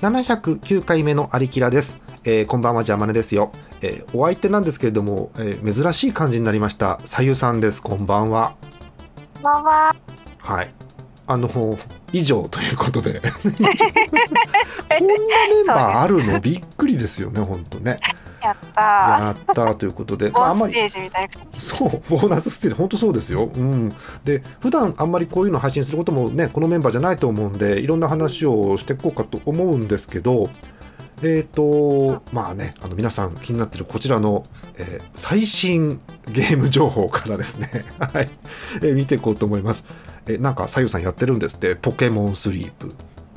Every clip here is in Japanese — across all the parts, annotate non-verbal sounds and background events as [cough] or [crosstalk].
709回目のありきらです、えーこんばんはジャマネですよ、えーお相手なんですけれども、えー珍しい感じになりましたさゆさんですこんばんはわわはいあの以上ということ [laughs] でこんなメンバーあるのびっくりですよね本当ねやったやったーという [laughs] ことで、ー。ボまああんーまンりステージみたいな感じ。そうボーナスステージ本当そうですよ、うん、で普段あんまりこういうの配信することもねこのメンバーじゃないと思うんでいろんな話をしていこうかと思うんですけどえっ、とまあねあの皆さん気になってるこちらの、えー最新ゲーム情報からですね [laughs] はい、えー見ていこうと思いますえーなんかさゆさんやってるんですってポケモンスリープ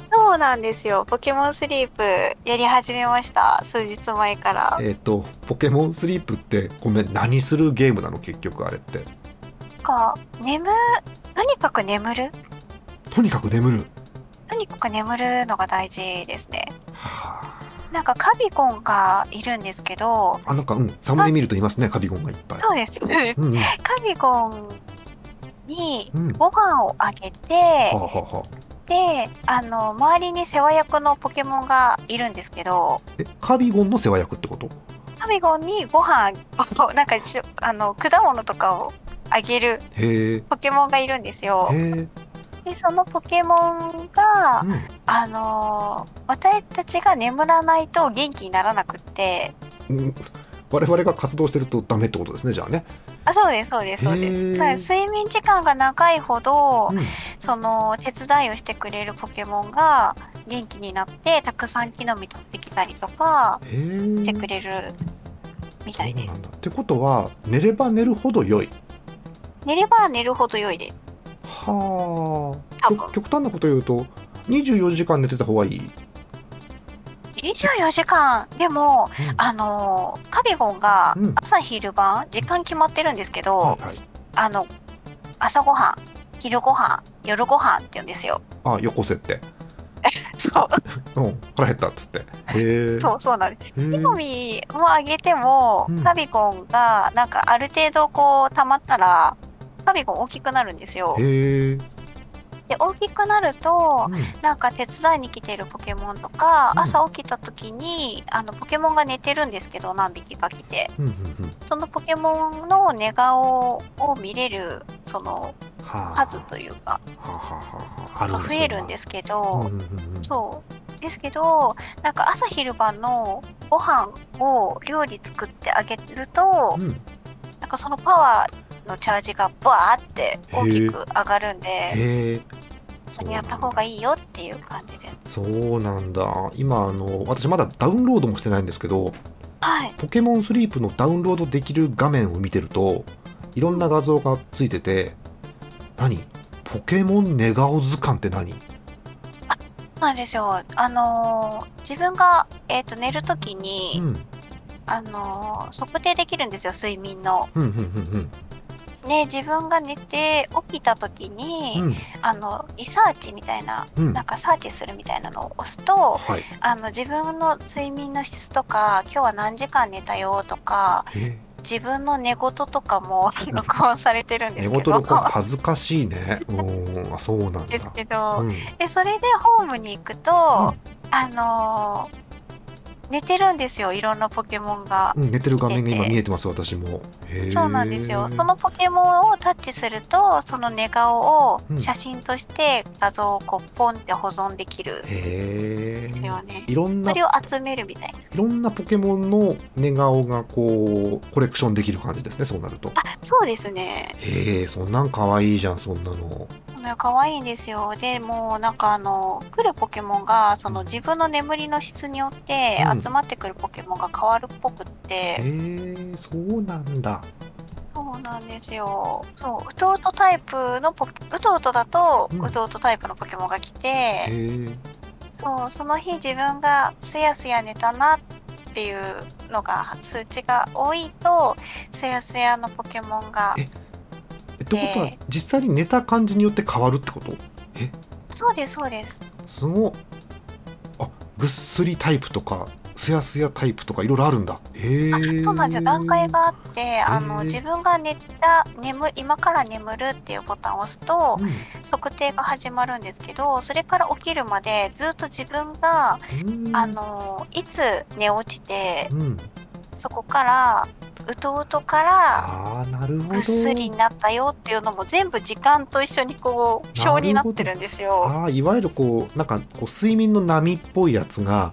そうなんですよ。ポケモンスリープやり始めました。数日前から。えっ、とポケモンスリープってごめん何するゲームなの結局あれってなんか眠とにかく眠る。とにかく眠るとにかく眠るのが大事ですね。はあなんかカビゴンがいるんですけど、あなんかうんサムネ見るといますねカビゴンがいっぱい。そ [laughs] うです。カうんうんビゴンにうん。はご飯をあげてあ、、はあはあ。で、あの周りに世話役のポケモンがいるんですけど、えカビゴンの世話役ってこと？カビゴンにご飯をなんかしょあの果物とかをあげるへえポケモンがいるんですよへ。え。でそのポケモンが、うん。あのー私たちが眠らないと元気にならなくってうん我々が活動してるとダメってことですねじゃあね。あそうですそうですそうへでーすだから睡眠時間が長いほど、うんその手伝いをしてくれるポケモンが元気になってたくさん木の実取ってきたりとかへえ。してくれるみたいでそうなすんだってことは寝れば寝るほど良い。寝れば寝るほど良いですはあ。多極分極端なこと言うと24時間寝てた方がいい。 24時間でもあのーカビゴンがうん朝昼晩時間決まってるんですけど、はいはい。あの朝ごはん昼ごはん夜ごはんって言うんですよ。あよこせって。 [laughs] そううん腹減ったっつって。へえ。そうそうなんです。へえ。興味もあげても、うんカビゴンがなんかある程度こう溜まったらカビゴン大きくなるんですよ。へえ。で大きくなるとうんなんか手伝いに来てるポケモンとか、うん朝起きた時にあのポケモンが寝てるんですけど何匹か来てうんうんうん。そのポケモンの寝顔を見れるそのはあ。数というかはあはあはああるがんです。増えるんですすけうどん、うんうんうんそうですけどなんか朝昼晩のご飯を料理作ってあげるとうんなんかそのパワーのチャージがバーって大きく上がるんでへえ。そそれやった方がい。いいよっていう感じです。そうなんだ。今あの私まだダウンロードもしてないんですけど、はい、ポケモンスリープのダウンロードできる画面を見てると、いろんな画像がついてて、何？ポケモン寝顔図鑑って何？そうなんですよあのー自分が、えー、と寝る時に、うんあのー測定できるんですよ睡眠の。うんうんうんで自分が寝て起きた時に、うんあのリサーチみたいなうんうんなんかサーチするみたいなのを押すとはい。あの自分の睡眠の質とか今日は何時間寝たよとかへえ自分の寝言とかも録音されてるんで寝す言けど録音恥ずかしいね。うんあそうなん [laughs] ですだ。けど、うんでそれでホームに行くと、あのー寝てるんですよいろんなポケモンが。うん寝てる画面が今見えてます私も。へえそうなんですよそのポケモンをタッチするとその寝顔をうん写真として画像をこうポンって保存できるんへえですよね。いろんなそれを集めるみたいないろんなポケモンの寝顔がこうコレクションできる感じですねそうなるとあそうですねへえそんなん可愛いじゃんそんなのこれ可愛いんですよでもうなんかあの来るポケモンがそのうん自分の眠りの質によってうん集まってくるポケモンが変わるっぽくっへて、えそうなんだそうなんですよそうウトウトタイプのポケウトウトだとうんウトウトタイプのポケモンが来て、へえそうその日自分がすやすや寝たなっていうのが数値が多いとすやすやのポケモンがえってことはええ実際に寝た感じによって変わるってことそうですそうですすごっあぐっすりタイプとかすやすやタイプとかいろいろあるんだへえあそうなんですよ段階があってあへーの自分が寝た眠今から眠るっていうボタンを押すとうん測定が始まるんですけどそれから起きるまでずっと自分がうんあのいつ寝落ちてうん、そこからうとうとからああなるほどぐっすりになったよっていうのも全部時間と一緒にこう表になってるんですよ。ああいわゆるこうなんかこう睡眠の波っぽいやつが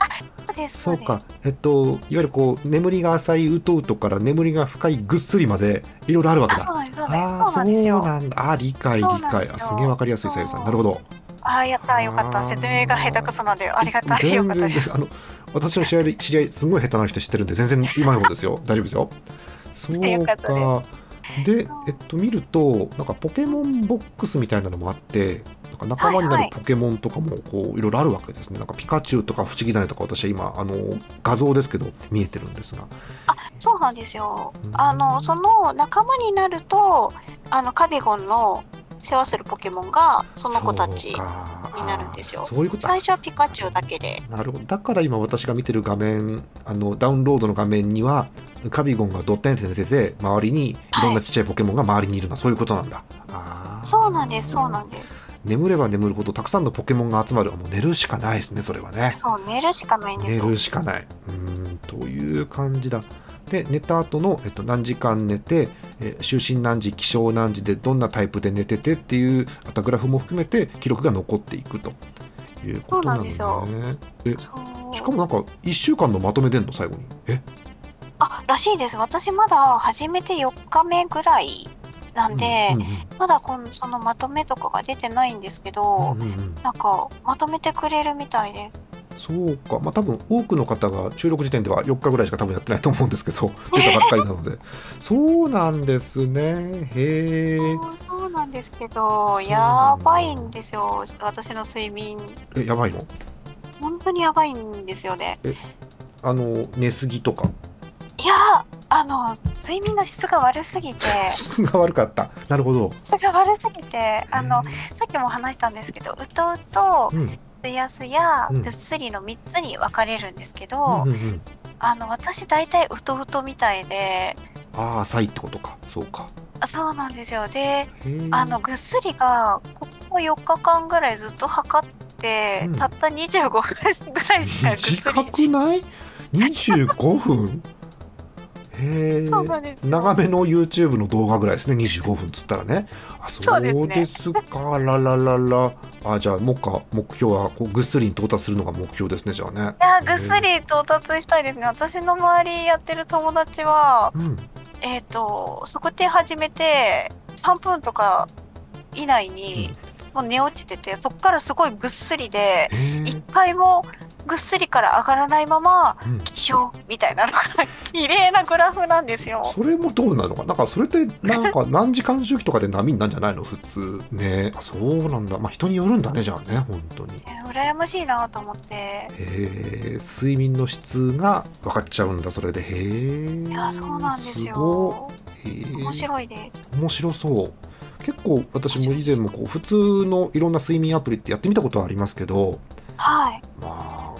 そうですそうですかえっといわゆるこう眠りが浅いうとうとから眠りが深いぐっすりまでいろいろあるわけあだそうなんですそうああーなそんですそうなうなんですよ。んだあー理解理そうなん解ですよあすげえわかりやすいさゆりさんなるほどああやったよかっあたー説明が下手くそなんでありがたいよ全かった然で。ですすあの私の知り合い知り合いすごい下手な人知ってるんで全然今のことですよ [laughs] 大丈夫ですよそうよかったかでえっと見るとなんかポケモンボックスみたいなのもあってなんか仲間になはるいはいポケモンとかもこういろいろあるわけですね、なんかピカチュウとか不思議種とか私は今あの画像ですけど見えてるんですがそうなんですよう。んあのその仲間になるとあのカビゴンの世話するポケモンがその子たちそうかになるんですよあーそういうこと最初はピカチュウだけで。なるほどだから今私が見てる画面あのダウンロードの画面にはカビゴンがドッテンって出てて周りにいろんなちっちゃいポケモンが周りにいるのはそういうことなんだ、あーそうなんですそうなんです。眠れば眠るほどたくさんのポケモンが集まるもう寝るしかないですねそれはねそう寝るしかないんで寝すよ。るしかないうーんという感じだで寝た後のえっと、何時間寝て、えー就寝何時起床何時でどんなタイプで寝ててっていうあとはグラフも含めて記録が残っていくということなのねそうえそうしかもなんか1週間のまとめでんの最後にえあらしいです私まだ始めて4日目ぐらいなんで、うんうんまだこのそのまとめとかが出てないんですけど、うんうんうんなんかまとめてくれるみたいです。そうかまあ多分多くの方が収録時点では4日ぐらいしか多分やってないと思うんですけ [laughs] ど出たばっかりなのでそうなんですねへーそうそうなんですけそどうなやんだばいんですよ私の睡眠えやばいの本当にやばいんですよね。あの寝すぎとかいやーあの睡眠の質が悪 [laughs] すぎて質が悪かったなるほど質が悪すぎてあのさっきも話したんですけどうとうとうんすやすやうんぐっすりの3つに分かれるんですけど、うんうんうんあの私大体うとうとみたいでああ浅いってことかそうかあそうなんですよでへーあのぐっすりがここ4日間ぐらいずっと測って、うんたった25分ぐらいしかぐっす短くりない ?25 分へえそうなんですよ長めの YouTube の動画ぐらいですね25分っつったらねあそそうですねうですかあららららあじゃあ目か目標はこうぐっすりに到達するのが目標ですねじゃあねいやぐっすり到達したいですね私の周りやってる友達はうんえっ、と測定始めて3分とか以内にもう寝落ちててそっからすごいぐっすりでへえ1回もぐっすりから上がらないままうん起床みたいなのが綺麗なグラフなんですよ。それもどうなのかなんかそれってなんか何時間周期とかで波になるんじゃないの普通ねあそうなんだまあ人によるんだねじゃあね本当にえー羨ましいなと思ってへえ睡眠の質が分かっちゃうんだそれでへえいやそうなんですごよいへえ面白いです面白そう結構私も以前もこう普通のいろんな睡眠アプリってやってみたことはありますけどはいまあ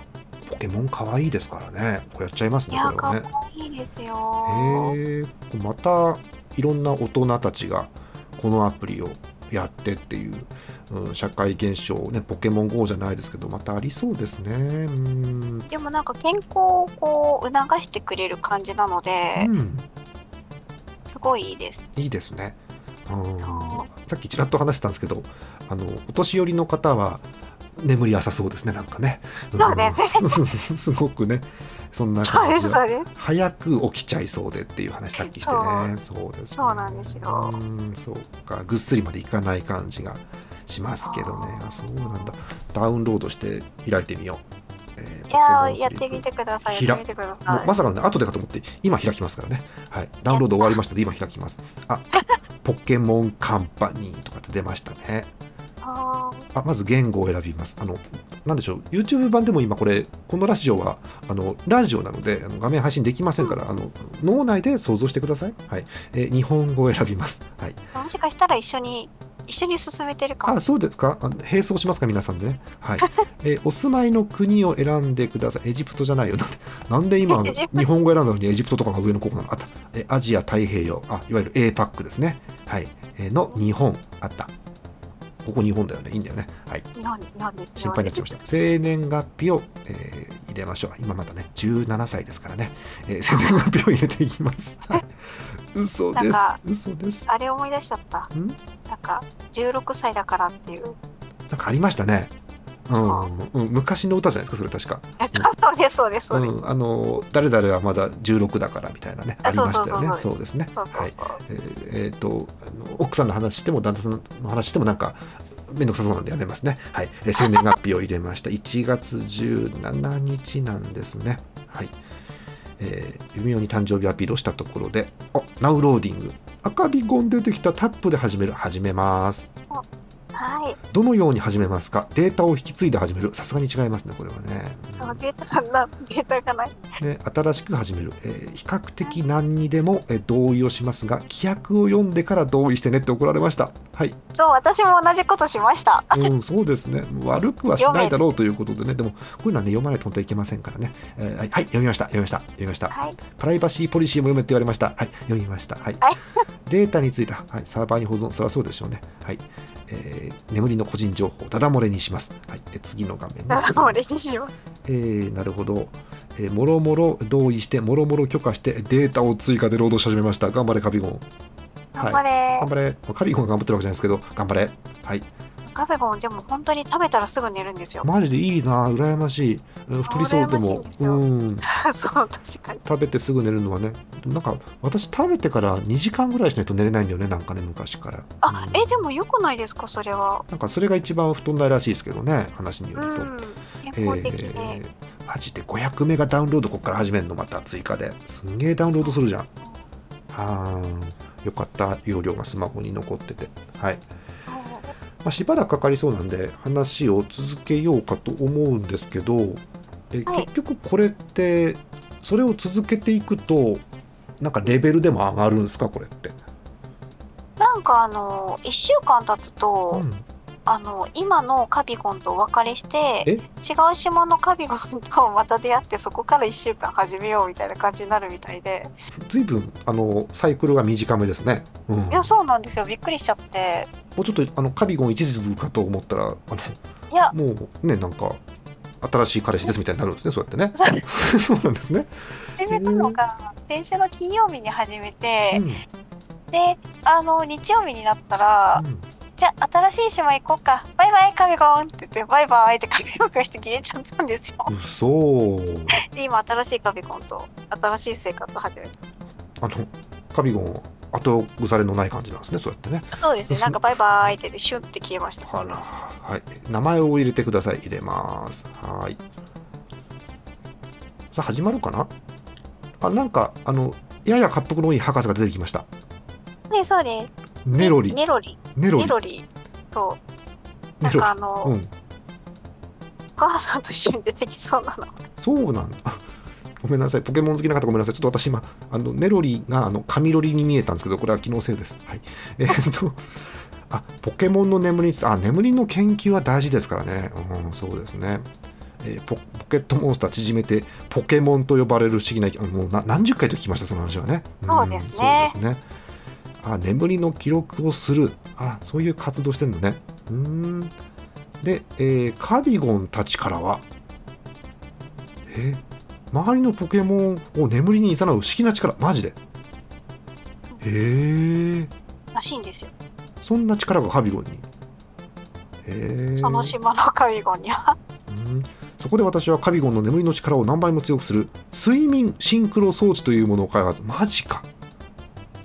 ポケモン可愛いですからねこうやっちゃいますいねやこれはね可愛いですよへえまたいろんな大人たちがこのアプリをやってっていう、うん、社会現象ねポケモン GO じゃないですけどまたありそうですねうん、でもなんか健康をこう促してくれる感じなのでうん、すごいいいですいいですねうんそさっきちらっと話してたんですけどあのお年寄りの方は眠り浅そうですねなんかねそうねうん [laughs] すごくねそんなそうで感すじ [laughs] そでうです早く起きちゃいそうでっていう話さっきしてねそうですねそうなんですようんそうかぐっすりまでいかない感じがしますけどねあそうなんだダウンロードして開いてみよう、えーいポケモンやースやっリープてみてくださいひやらってみてくだもさういまさかのね後でかと思って今開きますからね、はい、ダウンロード終わりましたで今開きますあポケモンカンパニーとかって出ましたねあーあまず言語を選びますあのなんでしょう YouTube 版でも今これこのラジオはあのラジオなのであの画面配信できませんからあの脳内で想像してください、はいえー日本語を選びます、はい、もしかしたら一緒に一緒に進めてるかもあそうですかあ並走しますか皆さんでね、 [laughs] はいえーお住まいの国を選んでくださいエジプトじゃないよだってなん [laughs] で今あの [laughs] エジプト日本語選んだのにエジプトとかが上の候補なのあったえアジア太平洋あいわゆる A パックですねはい、えーの日本あったここ日本だよねいいんだよねはい日本に日本に心配になっちゃいました生年月日を、えー入れましょう今まだね17歳ですからね、えー生年月日を入れていきます、 [laughs] はい、嘘でなんすか嘘ですあれ思い出しちゃったんなんか16歳だからっていうなんかありましたねそううん、うん、昔の歌じゃないですかそれ確かあ [laughs] そうですそうですそうです、うん、あの誰々はまだ16だからみたいなねあありそうましたよねそうそそうですねそうそうそう、えーえーとあの奥さんの話しても旦那さんの話してもなんか面倒くさそうなんでやめますねはい、えー [laughs] 生年月日を入れました1月17日なんですねはいえー、微妙に誕生日アピールをしたところであナウローディング赤ビゴン出てきたタップで始める始めますはいどのように始めますかデータを引き継いで始めるさすがに違いますねこれはねそのデータがなデータがないね、新しく始める、えー比較的何にでも、えー同意をしますが規約を読んでから同意してねって怒られました [laughs] はい、そう私も同じことしましたうん、そうですね悪くはしないだろうということでねでもこういうのはね読まないと本当にいけませんからね、えーはい、はい読みました読みました読みましたはいプライバシーポリシーも読めって言われましたはい読みましたはいはいデータについて、はい、サーバーに保存そりゃそうでしょうねはいえー眠りの個人情報ダダ漏れにします、はい、えー次の画面に進もむ [laughs] うレジしようえーなるほど、えーもろもろ同意してもろもろ許可してデータを追加で労働し始めました頑張れカビゴンはい頑張れ、頑張れカビゴンが頑張ってるわけじゃないですけど頑張れはいカフェゴンでも本当に食べたらすぐ寝るんですよ、マジでいいな羨ましいうん太りそうで羨ましいもんですようん [laughs] そう確かに食べてすぐ寝るのはねなんか私食べてから2時間ぐらいしないと寝れないんだよねなんかね昔からあ、うんえでも良くないですかそれはなんかそれが一番布団代らしいですけどね話にようると、ん健康的で、えー、マジで500メガダウンロードここから始めるのまた追加ですんげえダウンロードするじゃんはーんよかった容量がスマホに残ってて、はいまあ、しばらくかかりそうなんで話を続けようかと思うんですけどえ、はい結局これってそれを続けていくとなんかレベルでも上がるんですかこれって、なんかあの1週間経つと、うんあの今のカビゴンとお別れしてえ違う島のカビゴンとまた出会ってそこから1週間始めようみたいな感じになるみたいで、随分あのサイクルが短めですね、うん、もいやそうなんですよびっくりしちゃってうちょっとあのカビゴン一時続くかと思ったらあのいやもうねなんか新しい彼氏ですみたいになるんですねそうやってねそ [laughs] うそうなんですね、始めたのが先週の金曜日に始めて、うんであの日曜日になったら、うんじゃあ新しい島行こうかバイバイカビゴンって言ってバイバイってカビゴンがして消えちゃったんです [laughs] よ嘘で今新しいカビゴンと新しい生活を始めあのカビゴン後腐れのない感じなんですねそうやってねたそうですねなんかバイバイって言ってシュンって消えましたあらはい名前を入れてください入れますはいさあ始まるかなあなんかあのやや滑覆のいい博士が出てきましたねそうですネロリネロリネロリネロリとネなロんリかあの、うおん母さんと一緒に出てきそうなのそうなんあごめんなさいポケモン好きな方ごめんなさいちょっと私今あのネロリがあの神ロリに見えたんですけどこれは気のせいですはい [laughs] えーっとあポケモンの眠りにつあ眠りの研究は大事ですからねうんそうですねえーポポケットモンスター縮めてポケモンと呼ばれる不思議な生きあもうな何十回と聞きましたその話はねんそうですねそうですねあ眠りの記録をするあそういう活動してんのねうーんで、えーカビゴンたちからはえ周りのポケモンを眠りに誘う不思議な力マジでへえらしいんですよそんな力がカビゴンにへえその島のカビゴンにはうんそこで私はカビゴンの眠りの力を何倍も強くする睡眠シンクロ装置というものを開発マジか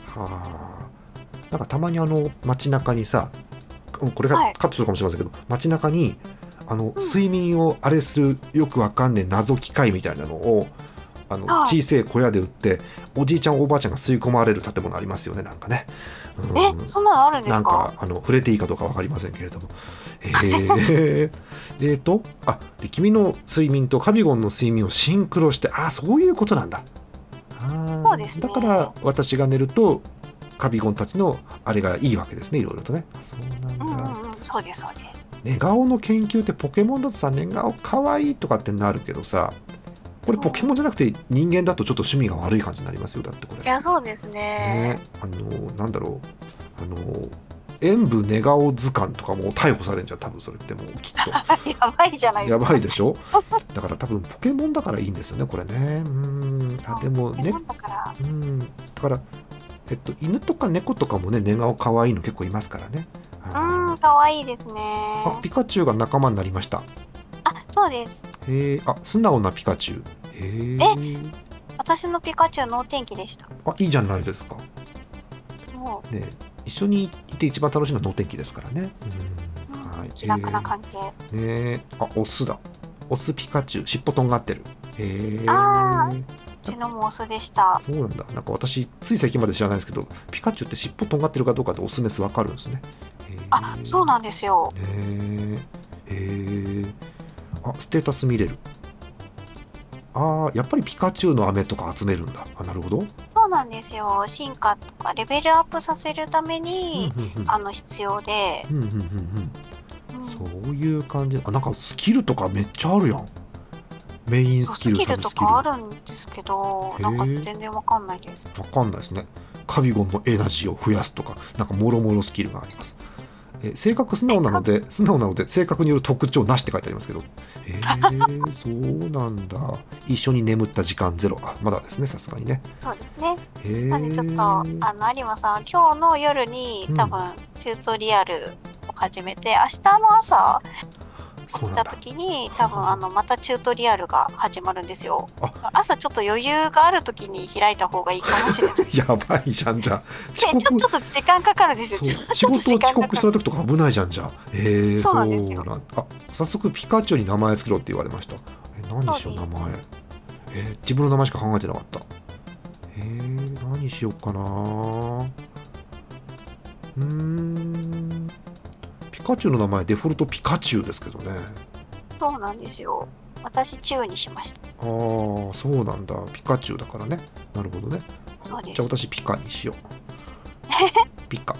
はあなんかたまにあの街中にさうんこれはがいカットするかもしれませんけど、街中にあの、うん睡眠をあれするよくわかんねえ謎機械みたいなのをあのはい小さい小屋で売っておじいちゃんおばあちゃんが吸い込まれる建物ありますよねなんかね。うんえそんなのあるんですなかんかあの触れていいかどうか分かりませんけれども。え [laughs] ーえーとあで君の睡眠とカビゴンの睡眠をシンクロしてあーそういうことなんだ。あーそうですねだから私が寝るとカビゴンたちのあれがいいわけですねいろいろとね。そうなんなんだ、うんうんうん、そうですそうです。寝顔の研究ってポケモンだとさ寝顔かわいいとかってなるけどさこれポケモンじゃなくて人間だとちょっと趣味が悪い感じになりますよだってこれいやそうですねね。あのなんだろうあの演武寝顔図鑑とかもう逮捕されんじゃん多分それってもうき [laughs] っと [laughs] やばいじゃないやばいででしょだから多分ポケモンだからいいんですよねこれねうんあでもすか。ね、ねだからうんだからえっと犬とか猫とかもね寝顔可愛いの結構いますからねうあん可愛いですね。ーあピカチュウが仲間になりましたあそうです。へえあ素直なピカチュウへえ私のピカチュウ脳天気でした。あいいじゃないですかもね一緒にいて一番楽しいのは能天気ですからねうう、んはい気楽な関係。ねえあオスだオスピカチュウ尻尾とんがってるへえあうちのもオスでした。そうなんだなんか私つい最近まで知らないですけどピカチュウって尻尾とんがってるかどうかでオスメスわかるんですねへえあ、そうなんですよ。ねえへえあステータス見れるあーやっぱりピカチュウの飴とか集めるんだあなるほど、そうなんですよ。進化とかレベルアップさせるために、うんうんうんあの必要で、うんうんうんうんうんそういう感じあなんかスキルとかめっちゃあるやんメインそうススキキルサルブとスキルかあるんですけど、へーなんか全然わかんないです。わかんないですね。カビゴンのエナジーを増やすとか、なんかもろもろスキルがあります。え性格素直なので、素直なので、性格による特徴なしって書いてありますけど、え [laughs] ー、そうなんだ。一緒に眠った時間ゼロ。あ、まだですね、さすがにね。そうですね。えなんでちょっと、あのー、有馬さん、今日の夜にうん多分チュートリアルを始めて、明日の朝そうな来んただ。時に、は多あは分ああのまたチュートリアルが始まるんですよあ。朝ちょっと余裕がある時に開いた方がいいかもしれない。ね、 [laughs] やばいじゃん、じゃあ。 [laughs] ち遅ょちょ刻っ。と時間かかるんですよ。ちょそう仕ちょっと事を時遅間か刻しかたる。時とか危ないじゃんじゃあえー、そうなんですよんあ早速ピカチュウに名前つけろって言われましたえ何でしょうそ名うです前えー自分の名前しか考えてなかったえー、何しようかなうーんピカチュウの名前デフォルトピカチュウですけどねそうなんですよ。私チューにしました。ああそうなんだピカチュウだからねなるほどねそうですじゃあ私ピカにし [laughs] ようピカ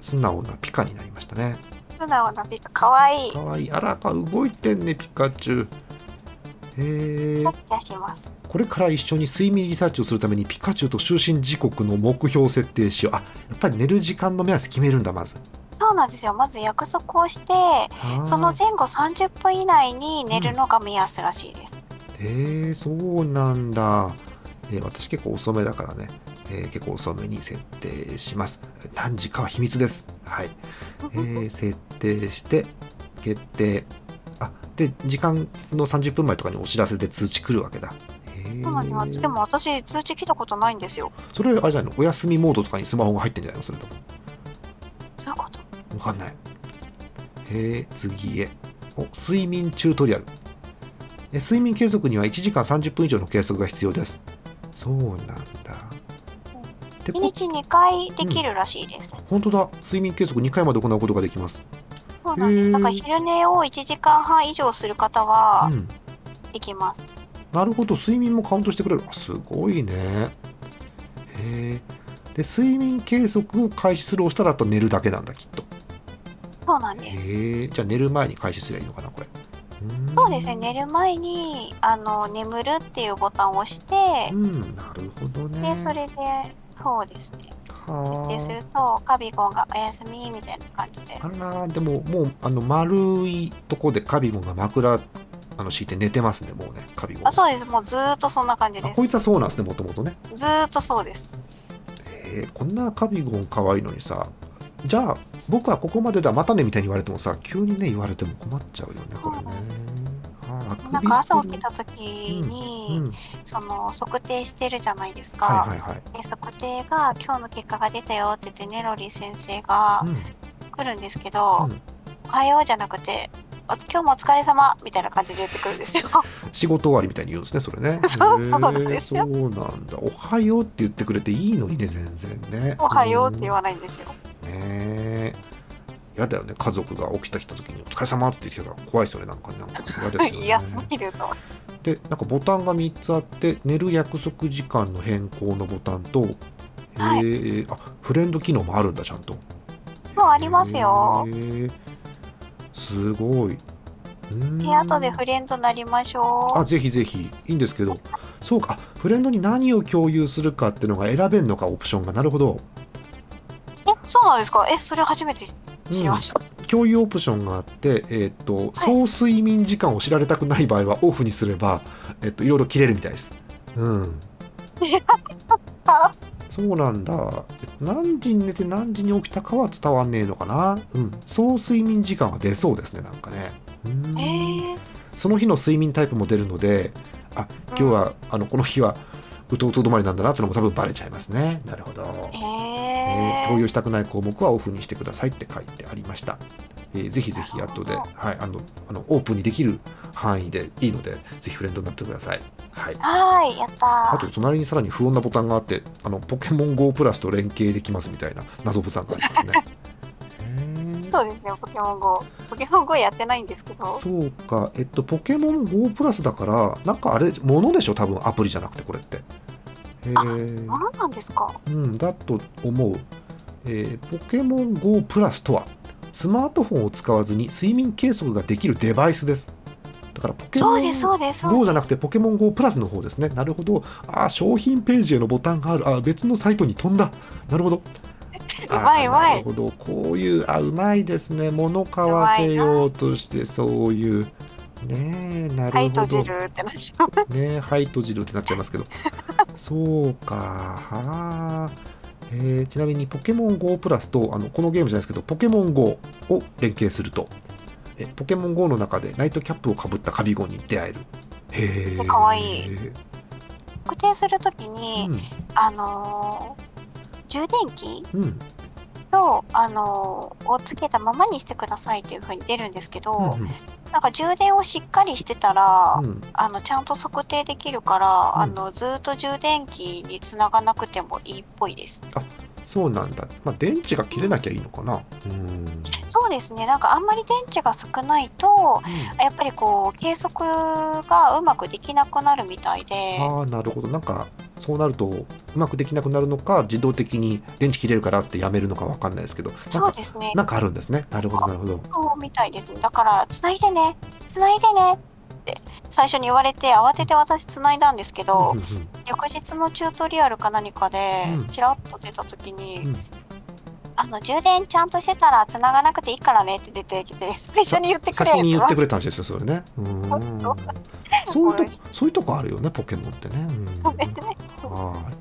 素直なピカになりましたね素直なピカかわいい。かわいいあらか動いてんねピカチュウえー、出します。これから一緒に睡眠リサーチをするためにピカチュウと就寝時刻の目標を設定しようあやっぱり寝る時間の目安決めるんだまずそうなんですよ。まず約束をして、あーその前後30分以内に寝るのが目安らしいです。えー、そうなんだ、えー私結構遅めだからね、えー結構遅めに設定します何時かは秘密ですはいえー設定して決定あで時間の30分前とかにお知らせで通知来るわけだえーそうなんです。でも私通知来たことないんですよ。それあれじゃないのお休みモードとかにスマホが入ってんじゃないのそれともそういうこと。わかんないへえ次へお睡眠チュートリアルえ睡眠計測には1時間30分以上の計測が必要ですそうなんだで1日2回できるらしいです。あ本当だ睡眠計測2回まで行うことができますそうなんでへーす。だから昼寝を1時間半以上する方はうんできます。なるほど睡眠もカウントしてくれるあすごいねへえで睡眠計測を開始するを押したらあと寝るだけなんだきっとそうなんです。へえじゃあ寝る前に開始すればいいのかなこれーんそうですね。寝る前にあの眠るっていうボタンを押して、うんなるほどねでそれでそうですね。は設定すーるとカビゴンがおやすみみたいな感じで。あらーでももうあの丸いとこでカビゴンが枕あの敷いて寝てますねもうねカビゴンあそうです。もうずーっとそんな感じあですこ。いつはそうなんですねもともとねずーっとそうです。えーこんなカビゴン可愛いのにさじゃあ僕はここまでだまたねみたいに言われてもさ急にね言われても困っちゃうよねこれねあーあくびなんか朝す起きるた時に、うん、その測定してるじゃないですか、はいはいはい、で測定が今日の結果が出たよって言ってネロリー先生がうん、来るんですけど、うんおはようじゃなくてお今日もお疲れ様みたいな感じで言ってくるん [laughs] ですよ仕事終わりみたいに言うんですねそれね [laughs] そうそうなんへーですよそうなんだおはようって言ってくれていいのにね全然ねおはようって言わわないんですよねえ嫌だよね家族が起きてきた時に「お疲れ様って言ってきたら怖いですよねなんかねなんか嫌で [laughs] すよね嫌すぎるとでなんかボタンが3つあって寝る約束時間の変更のボタンと、はいえーあフレンド機能もあるんだちゃんとそうありますよ。へーすごい。うーんで後でフレンドなりましょあぜひぜひいいんですけどそうかあフレンドに何を共有するかっていうのが選べんのかオプションがなるほどう。え、そうなんですか。え、それ初めて知りました。共有オプションがあって、えーっと総睡眠時間を知られたくない場合はオフにすれば、えっといろいろ切れるみたいです。うん、あそうなんだ何時に寝て何時に起きたかは伝わんねえのかな、うん、総睡眠時間は出そうですねなんかね。うーんえー、その日の睡眠タイプも出るのであ今日は、あのこの日はうとうと止まりなんだなってのも多分バレちゃいますね。なるほどえー、えー共有したくない項目はオフにしてくださいって書いてありました。えーぜひぜひ後で、なるほはい、あのあのオープンにできる範囲でいいので、ぜひフレンドになってください。はい、はーい、やったー。あと、隣にさらに不穏なボタンがあって、あのポケモン GO プラスと連携できますみたいな謎ボタンがありますね。 [laughs] へーそうですね、ポケモン GO。ポケモン GO やってないんですけど。そうか、えっと、ポケモン GO プラスだから、なんかあれ、ものでしょ、多分アプリじゃなくて、これって。へーあらなんですか。うん、だと思う、えーポケモン GO プラスとはスマートフォンを使わずに睡眠計測ができるデバイスですだからポケモそうンです、そうです、そう GO でじゃなくてポケモン GO プラスの方ですねなるほどあー商品ページへのボタンがあるあー別のサイトに飛んだなるほ [laughs] どす。うまい、あうーまないる。ほどこういうあうまいですね物買わせようとしてそういうねえなはい、るほ閉どじるってなっち [laughs] ゃう。ねえ、はい、閉じるってなっちゃいますけど。そうか、はあ。えーちなみに、ポケモン GO プラスと、あの、このゲームじゃないですけど、ポケモン GO を連携すると、えポケモン GO の中でナイトキャップをかぶったカビゴンに出会える。へえ。かわいいうん固定するときに、あのー充電器うん。と、あのーをつけたままにしてくださいっていうふうに出るんですけうど、ん。なんか充電をしっかりしてたら、うん。あのちゃんと測定できるから、あのずーっと充電器につながなくてもいいっぽいです。そうなんだ。まあ、電池が切れなきゃいいのかな。うん。そうですねなんかあんまり電池が少ないとやっぱりこう計測がうまくできなくなるみたいでああ、なるほど。なんか、そうなると、うまくできなくなるのか、自動的に電池切れるからってやめるのかわかんないですけど、なんかそうですねなんかあるんですね。なるほど、なるほど。そうみたいですねだからつないでねつないでねって最初に言われて慌てて私つないだんですけうど、んうん翌日のチュートリアルか何かでうんちらっと出た時に、うんあの充電ちゃんとしてたらつながなくていいからねって出てきて最初に言ってくれ先に言ってくれれたんですよ、それね。うーん [laughs] そうそういうとこ、そういうとこあるよね、ポケモンってね。うんはーい。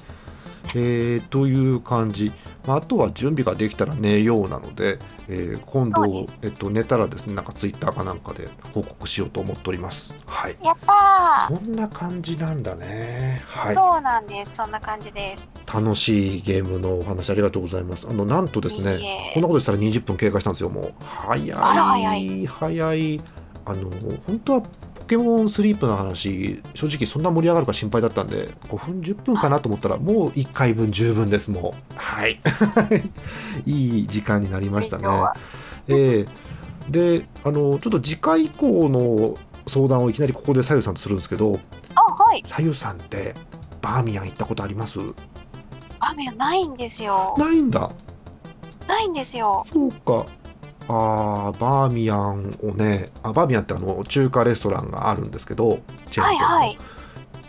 えーという感じ、まあ、あとは準備ができたら寝ようなので、えー今そう度です、えっと、寝たらですねなんかツイッターかなんかで報告しようと思っておりますはいやったーそんな感じなんだねはいそうなんですそんな感じです楽しいゲームのお話ありがとうございますあのなんとですねいいえこんなことしたら20分経過したんですよ、もう。早い、あら早い早いあの、本当はポケモンスリープの話、正直そんな盛り上がるか心配だったんで、5分、10分かなと思ったら、もう1回分十分です、もう。はい。 [laughs] いい時間になりましたね今日。はええで、あの、ちょっと次回以降の相談をいきなりここでさゆさんとするんですけど、あはいさゆさんって、バーミヤン行ったことあります雨ないんですよないんだ。ないんですよそうか。あーバーミヤンをねあバーミヤンってあの中華レストランがあるんですけどチェーンはい店のはい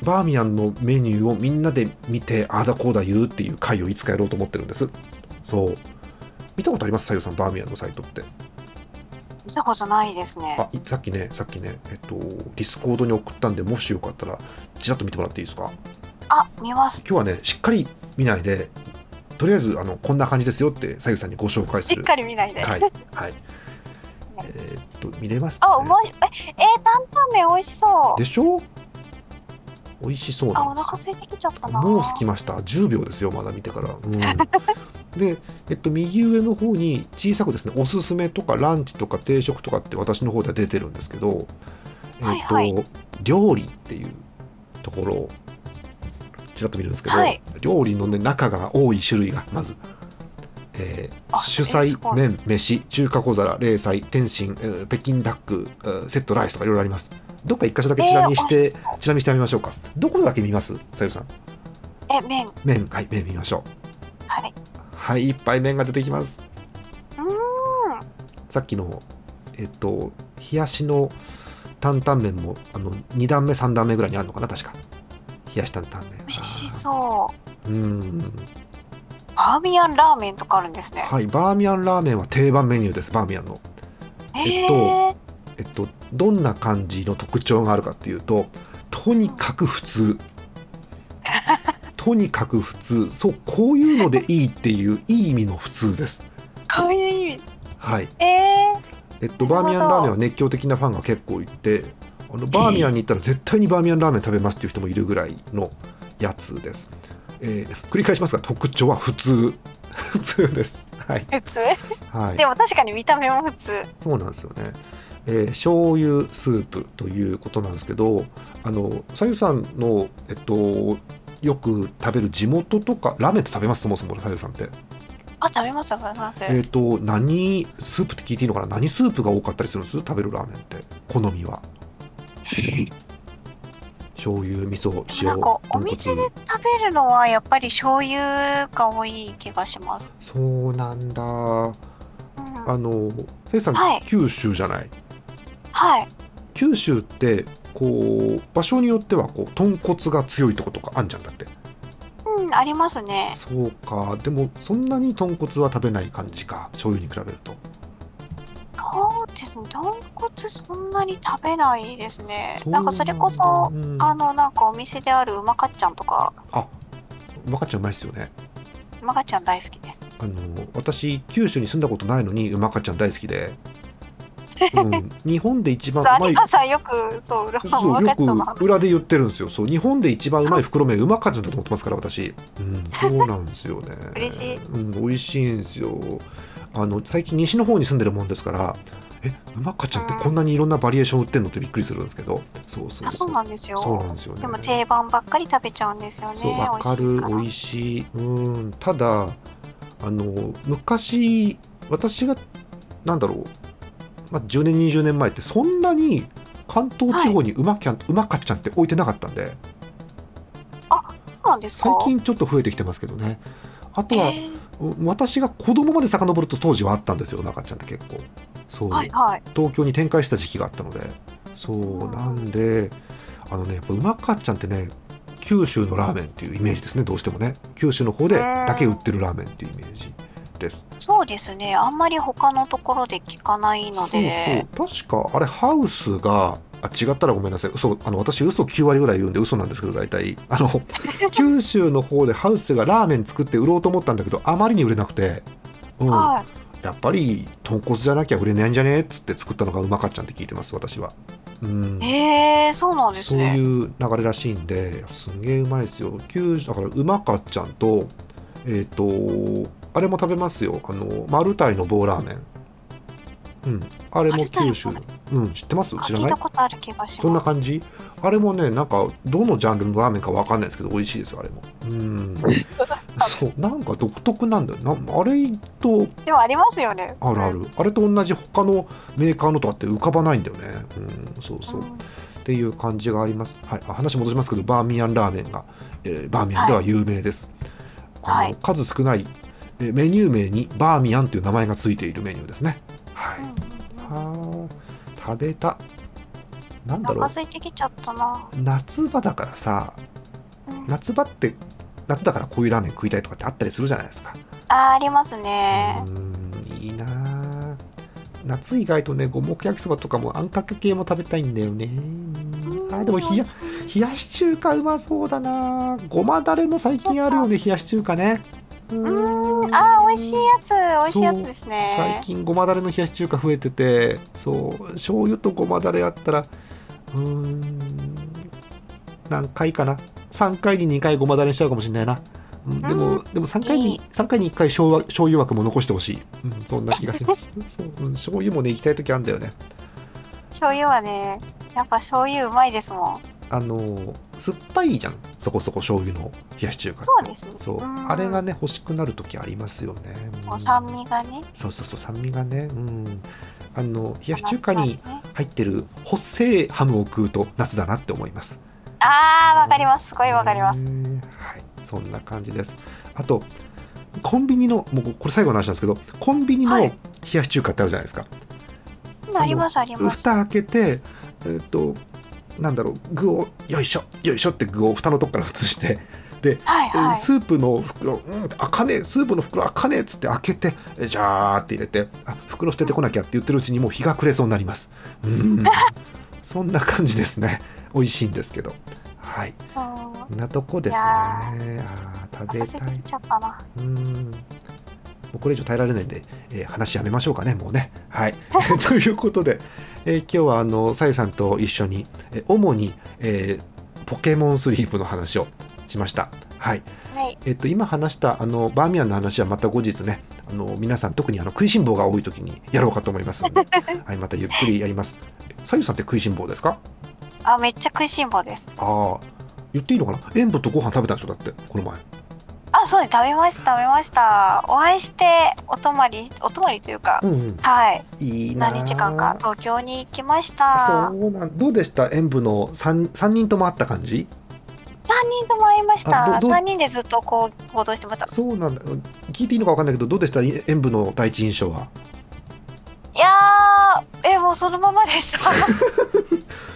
バーミヤンのメニューをみんなで見てああだこうだ言うっていう回をいつかやろうと思ってるんですそう見たことありますさゆさんバーミヤンのサイトって見たことないですねあいさっきねさっきねえっとディスコードに送ったんでもしよかったらちらっと見てもらっていいですかあ見ます今日はねしっかり見ないでとりあえずあのこんな感じですよってさゆさんにご紹介すしっるかり見ないで、はい [laughs] はいえーっと見れますかねあうまいええー、担々麺美味しそうでしょ美味しそうあなおんです腹空いてきちゃったなもう着きました10秒ですよまだ見てから、うん [laughs] で、えっと、右上の方に小さくですねおすすめとかランチとか定食とかって私の方では出てるんですけど、えっとはいはい料理っていうところをちらっと見るんですけど、はい料理の、ね、中が多い種類がまず、えーあ主えす菜ごい麺飯中華小皿冷菜天津、えー北京ダック、えーセットライスとかいろいろありますどっか一箇所だけチラ見しえー美て、味しそうチラ見してみましょうかどこだけ見ますさゆりさんえ麺麺はい麺見ましょうはいはいいっぱい麺が出てきますうーんさっきの、えっと、冷やしの担々麺も、あの、2段目、3段目ぐらいにあるのかな、確か。冷やし担々麺。美味しそうう。うん。バーミヤンラーメンとかあるんですね、はい、バーミヤンラーメンは定番メニューです、バーミヤンの。えっとへーえっと、どんな感じの特徴があるかっていうととにかく普 [laughs] 通とにかく普通そうこういうのでいいっていういい意味の普通ですこういう意味はいえええっとバなるほーどミヤンラーメンは熱狂的なファンが結構いてあのバーミヤンに行ったら絶対にバーミヤンラーメン食べますっていう人もいるぐらいのやつです、えー繰り返しますが特徴は普通 [laughs] 普通ですはい、普通はい、でも確かに見た目も普通そうなんですよね。えー、醤油スープということなんですけど、あのさゆさんのえっとよく食べる地元とかラーメンって食べますそもそもさゆさんって。あ食べます食べま [laughs] す、えっ、と何スープって聞いていいのかな？何スープが多かったりするんです？食べるラーメンって好み [laughs] は。醤油味噌塩なんかお豚店で骨食べるのはやっぱり醤油が多い気がします、そうなんだ。あうん、のさゆさん、はい九州じゃない。はい九州ってこう場所によってはこう豚骨が強いとことかあんじゃんだってうんありますねそうかでもそんなに豚骨は食べない感じか醤油に比べるとそうですね豚骨そんなに食べないですねうなんかそれこなそんだうんあのなんかお店であるうまかっちゃんとかうまかっちゃんうまいっすよねうまかっちゃん大好きですあの私九州に住んだことないのにうまかっちゃん大好き [laughs] で、うん、日本で一番うまい有馬さんよくそう裏のうそうまかよっちゃんのく話裏で言ってるんですよそう日本で一番うまい袋麺うまかっちゃんだと思ってますから私、うん、そうなんですよ [laughs] ね嬉しいうん、美味しいんですよあの最近西の方に住んでるもんですからえうまかっちゃんってこんなにいろんなバリエーション売ってんのってびっくりするんですけどそうそうあそそううなんですよそうなんですよねでも定番ばっかり食べちゃうんですよねそうわかる美味しいしいうんただあの昔私がなんだろう、まあ、10年20年前ってそんなに関東地方にうまきゃん、うまかっちゃんって置いてなかったんでからそうなんですか最近ちょっと増えてきてますけどねあとは、えーう私が子供まで遡ると当時はあったんですようまかっちゃんって結構そう、はいはい東京に展開した時期があったのでそうなんであのねやっぱうまかっちゃんってね九州のラーメンっていうイメージですねどうしてもね九州の方でだけ売ってるラーメンっていうイメージですそうですね。あんまり他のところで聞かないので。そうそう確かあれハウスがあ違ったらごめんなさい嘘あの私嘘9割ぐらい言うんで嘘なんですけど大体あ [laughs] の九州の方でハウスがラーメン作って売ろうと思ったんだけどあまりに売れなくて、うん、はい。やっぱり豚骨じゃなきゃ売れないんじゃねっつって作ったのがうまかっちゃんって聞いてます私は。うんへえそうなんですそういうね。流れらしいんですんげえうまいですよ九だからうまかっちゃんとえっ、とあれも食べますよあのマルタイの棒ラーメンうんあれも九州マルうん知ってます知ら聞いないたことある気がします。そんな感じあれもねなんかどのジャンルのラーメンかわかんないですけど美味しいですよあれもうん [laughs] そうなんか独特なんだよなあれとでもありますよね。あるあうん。るあれと同じ他のメーカーのとかって浮かばないんだよねうんそうそうっていう感じがあります。はい、あ話戻しますけど、バーミヤンラーメンが、えーバーミヤンでは有名です。あはいはのい数少ない、えーメニュー名にバーミヤンという名前がついているメニューですね。はい。はあ、食べた。なんだおろう腹。空いてきちゃったな。夏場だからさ、うん夏場って夏だからこういうラーメン食いたいとかってあったりするじゃないですか。あーありますね。うーん、いいなあ。夏意外とね、五目焼きそばとかもあんかけ系も食べたいんだよね。うんあーでも冷や冷やし中華うまそうだなごまだれも最近あるよね冷やし中華ねううーんあー美味しいやつ美味しいやつです最ね。近ごまだれの冷やし中華増えててそう醤油とごまだれあったらうーん何回かな3回に2回ごまだれにしちゃうかもしれないな、うん、でも、でも3回いにい三回に1回醤油醤油枠も残してほしい、うん、そんな気がしますそう、うん、醤油もね行きたい時あるんだよね醤油はねやっぱ醤油うまいですもん。あの酸っぱいじゃんそこそこ醤油の冷やし中華ってそうですね。そう、んあれがね欲しくなる時ありますよね。うんもう酸味がね。そうそうそう酸味がね、うん、あの冷やし中華夏にだね入ってる補正ハムを食うと夏だなって思います。ああわかります。すごいわかります。ねはい、そんな感じです。あとコンビニのもうこれ最後の話なんですけどコンビニのはい冷やし中華ってあるじゃないですか、ありますあります。蓋開けてえっ、となんだろう具をよいしょよいしょって具を蓋のとこから移してはいはい。スープの袋、うん、開かねえ、スープの袋開かねえっつって開けて、えじゃーって入れて、あ袋捨ててこなきゃって言ってるうちにもう日が暮れそうになります。 [laughs] うん、そんな感じですね。美味しいんですけど。はい、うんこんなとこですね。いやあー食べお腹空たいていき。ちゃったな。うん。もうこれ以上耐えられないんで、えー話やめましょうかね、もうね。 [laughs] はい。ということで、えー今日はあのさゆさんと一緒に、えー主に、えーポケモンスリープの話をしました。はい。はい。えっと、今話したあのバーミヤンの話はまた後日ねあの皆さん特にあの食いしん坊が多い時にやろうかと思いますの [laughs] で、はい、またゆっくりやりますさゆさんって食いしん坊ですかあ、めっちゃ食いしん坊です。ああ言っていいのかな塩分とご飯食べたでしょだってこの前あ、そうです。食べました食べました。お会いしてお泊まりお泊まりというか、うん、うん、はい。いいなあ何日間か東京に行きましそた。うなんどうでした塩分の 3, 三人ともあった感じ三人とも会いましあた。どど三人でずっとこう行動してました。そうなんだ聞いていいのか分かんないけどどうでした塩分の第一印象はいやー、えもうそのままで [laughs] した。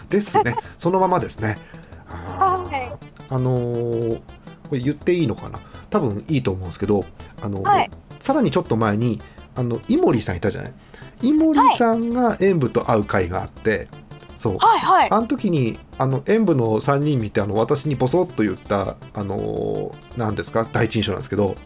です [laughs] ねそのままですねあーはいあのーこれ言っていいのかな多分いいと思うんですけど、あのーはいさらにちょっと前にあの井森さんいたじゃない井森さんが演舞と会う会があって、そうはいはい。あの時にあの演舞の3人見てあの私にボソッと言ったあのーなんですか第一印象なんですけど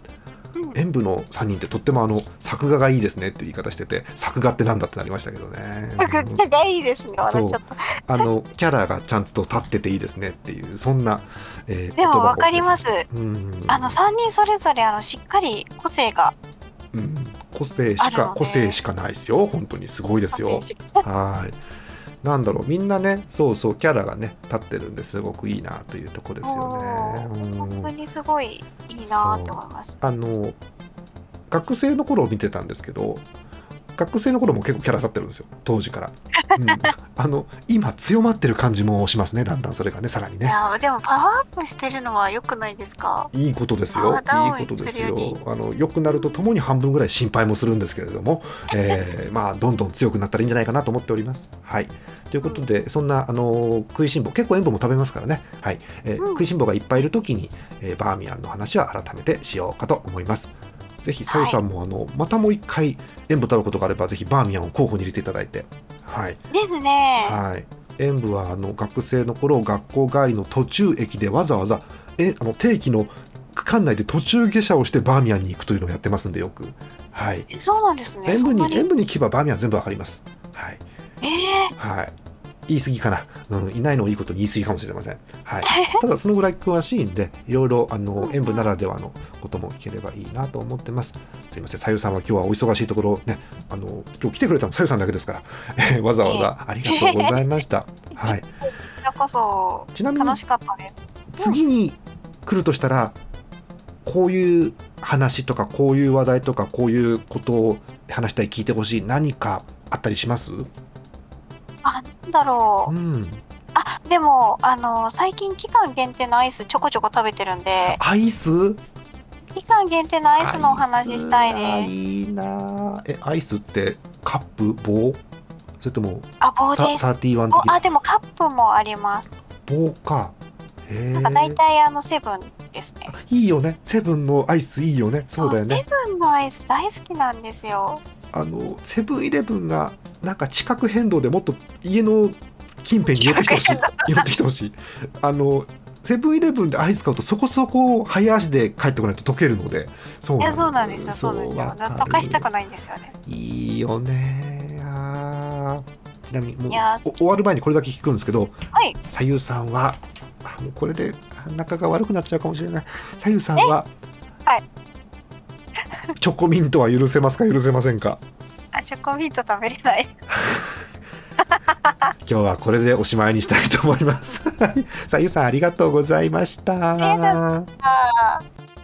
うん [laughs] 演舞の3人ってとってもあの作画がいいですねっていう言い方してて作画ってなんだってなりましたけどね。うん作がいいですね。笑っちゃった。あのキャラがちゃんと立ってていいですねっていうそんな、えーでもわかります。言葉をうんあの三人それぞれあのしっかり個性がうん個性あしるのかね個性しかないですよ本当にすごいですよ個性しはいなんだろうみんなねそうそうキャラがね立ってるんですごくいいなというとこですよねう本当んにすごいいいなって思います。あの学生の頃を見てたんですけど学生の頃も結構キャラ立ってるんですよ当時から、 [laughs] うん、あの今強まってる感じもしますねだんだんそれがねさらにいねやーでもパワーアップしてるのは良くないですか。いいことですよ。いい肌をことです移るよよ。あの良くなるとともに半分ぐらい心配もするんですけれども、 [laughs] えーまあどんどん強くなったらいいんじゃないかなと思っております。はい。ということで、そんなあの食いしん坊結構塩分も食べますからね。はい、えーうん食いしん坊がいっぱいいる時に、えーバーミヤンの話は改めてしようかと思います。ぜひさゆさんも、あのまたもう一回塩分食べることがあればぜひバーミヤンを候補に入れていただいて。はい。ですね。はい、演舞はあの学生の頃学校帰りの途中駅でわざわざえあの定期の区間内で途中下車をしてバーミヤンに行くというのをやってますんでよく、はい、えそうなんですね。演そ舞んなにに演舞に行けばバーミヤン全部わかりますはい、ええはい、言い過ぎかな、うん、いないのをいいことに言い過ぎかもしれません、 [laughs] はい、ただそのぐらい詳しいんでいろいろあの演舞ならではのことも聞ければいいなと思ってますすいませんさゆさんは今日はお忙しいところねあの今日来てくれたのさゆさんだけですから [laughs] わざわざありがとうございま [laughs] した、はいこちらこそちなみに楽しかったです。次に来るとしたらこういう話とかこういう話題とかこういうことを話したい聞いてほしい何かあったりしますうあなんだろう。んあでもあの最近期間限定のアイスちょこちょこ食べてるんでアイス期間限定のアイスのお話したいアイです。スいいなえアイスってカップ棒それともあ棒サです。サーティワンお的あでもカップもあります。棒かへなんか大え体あのセブンですね。いいよねセブンのアイスいいよねそうだよねセブンのアイス大好きなんですよ。あのセブンイレブンがなんか地殻変動でもっと家の近辺に寄ってきてほしい寄ってきてほしいあのセブンイレブンでアイス買うとそこそこ早足で帰ってこないと溶けるのでそういやそうなだんですよ。そうなんですよ。わなかんるとかしたくないんですよね。いいよねあーちなみにもういやーお終わる前にこれだけ聞くんですけどはい。さゆさんはあもうこれで仲が悪くなっちゃうかもしれないさゆさんは、はい [laughs] チョコミントは許せますか許せませんかあチョコミント食べれない。今日はこれでおしまいにしたいと思います。はいさあゆうさんありがとうございました。ありがとうございました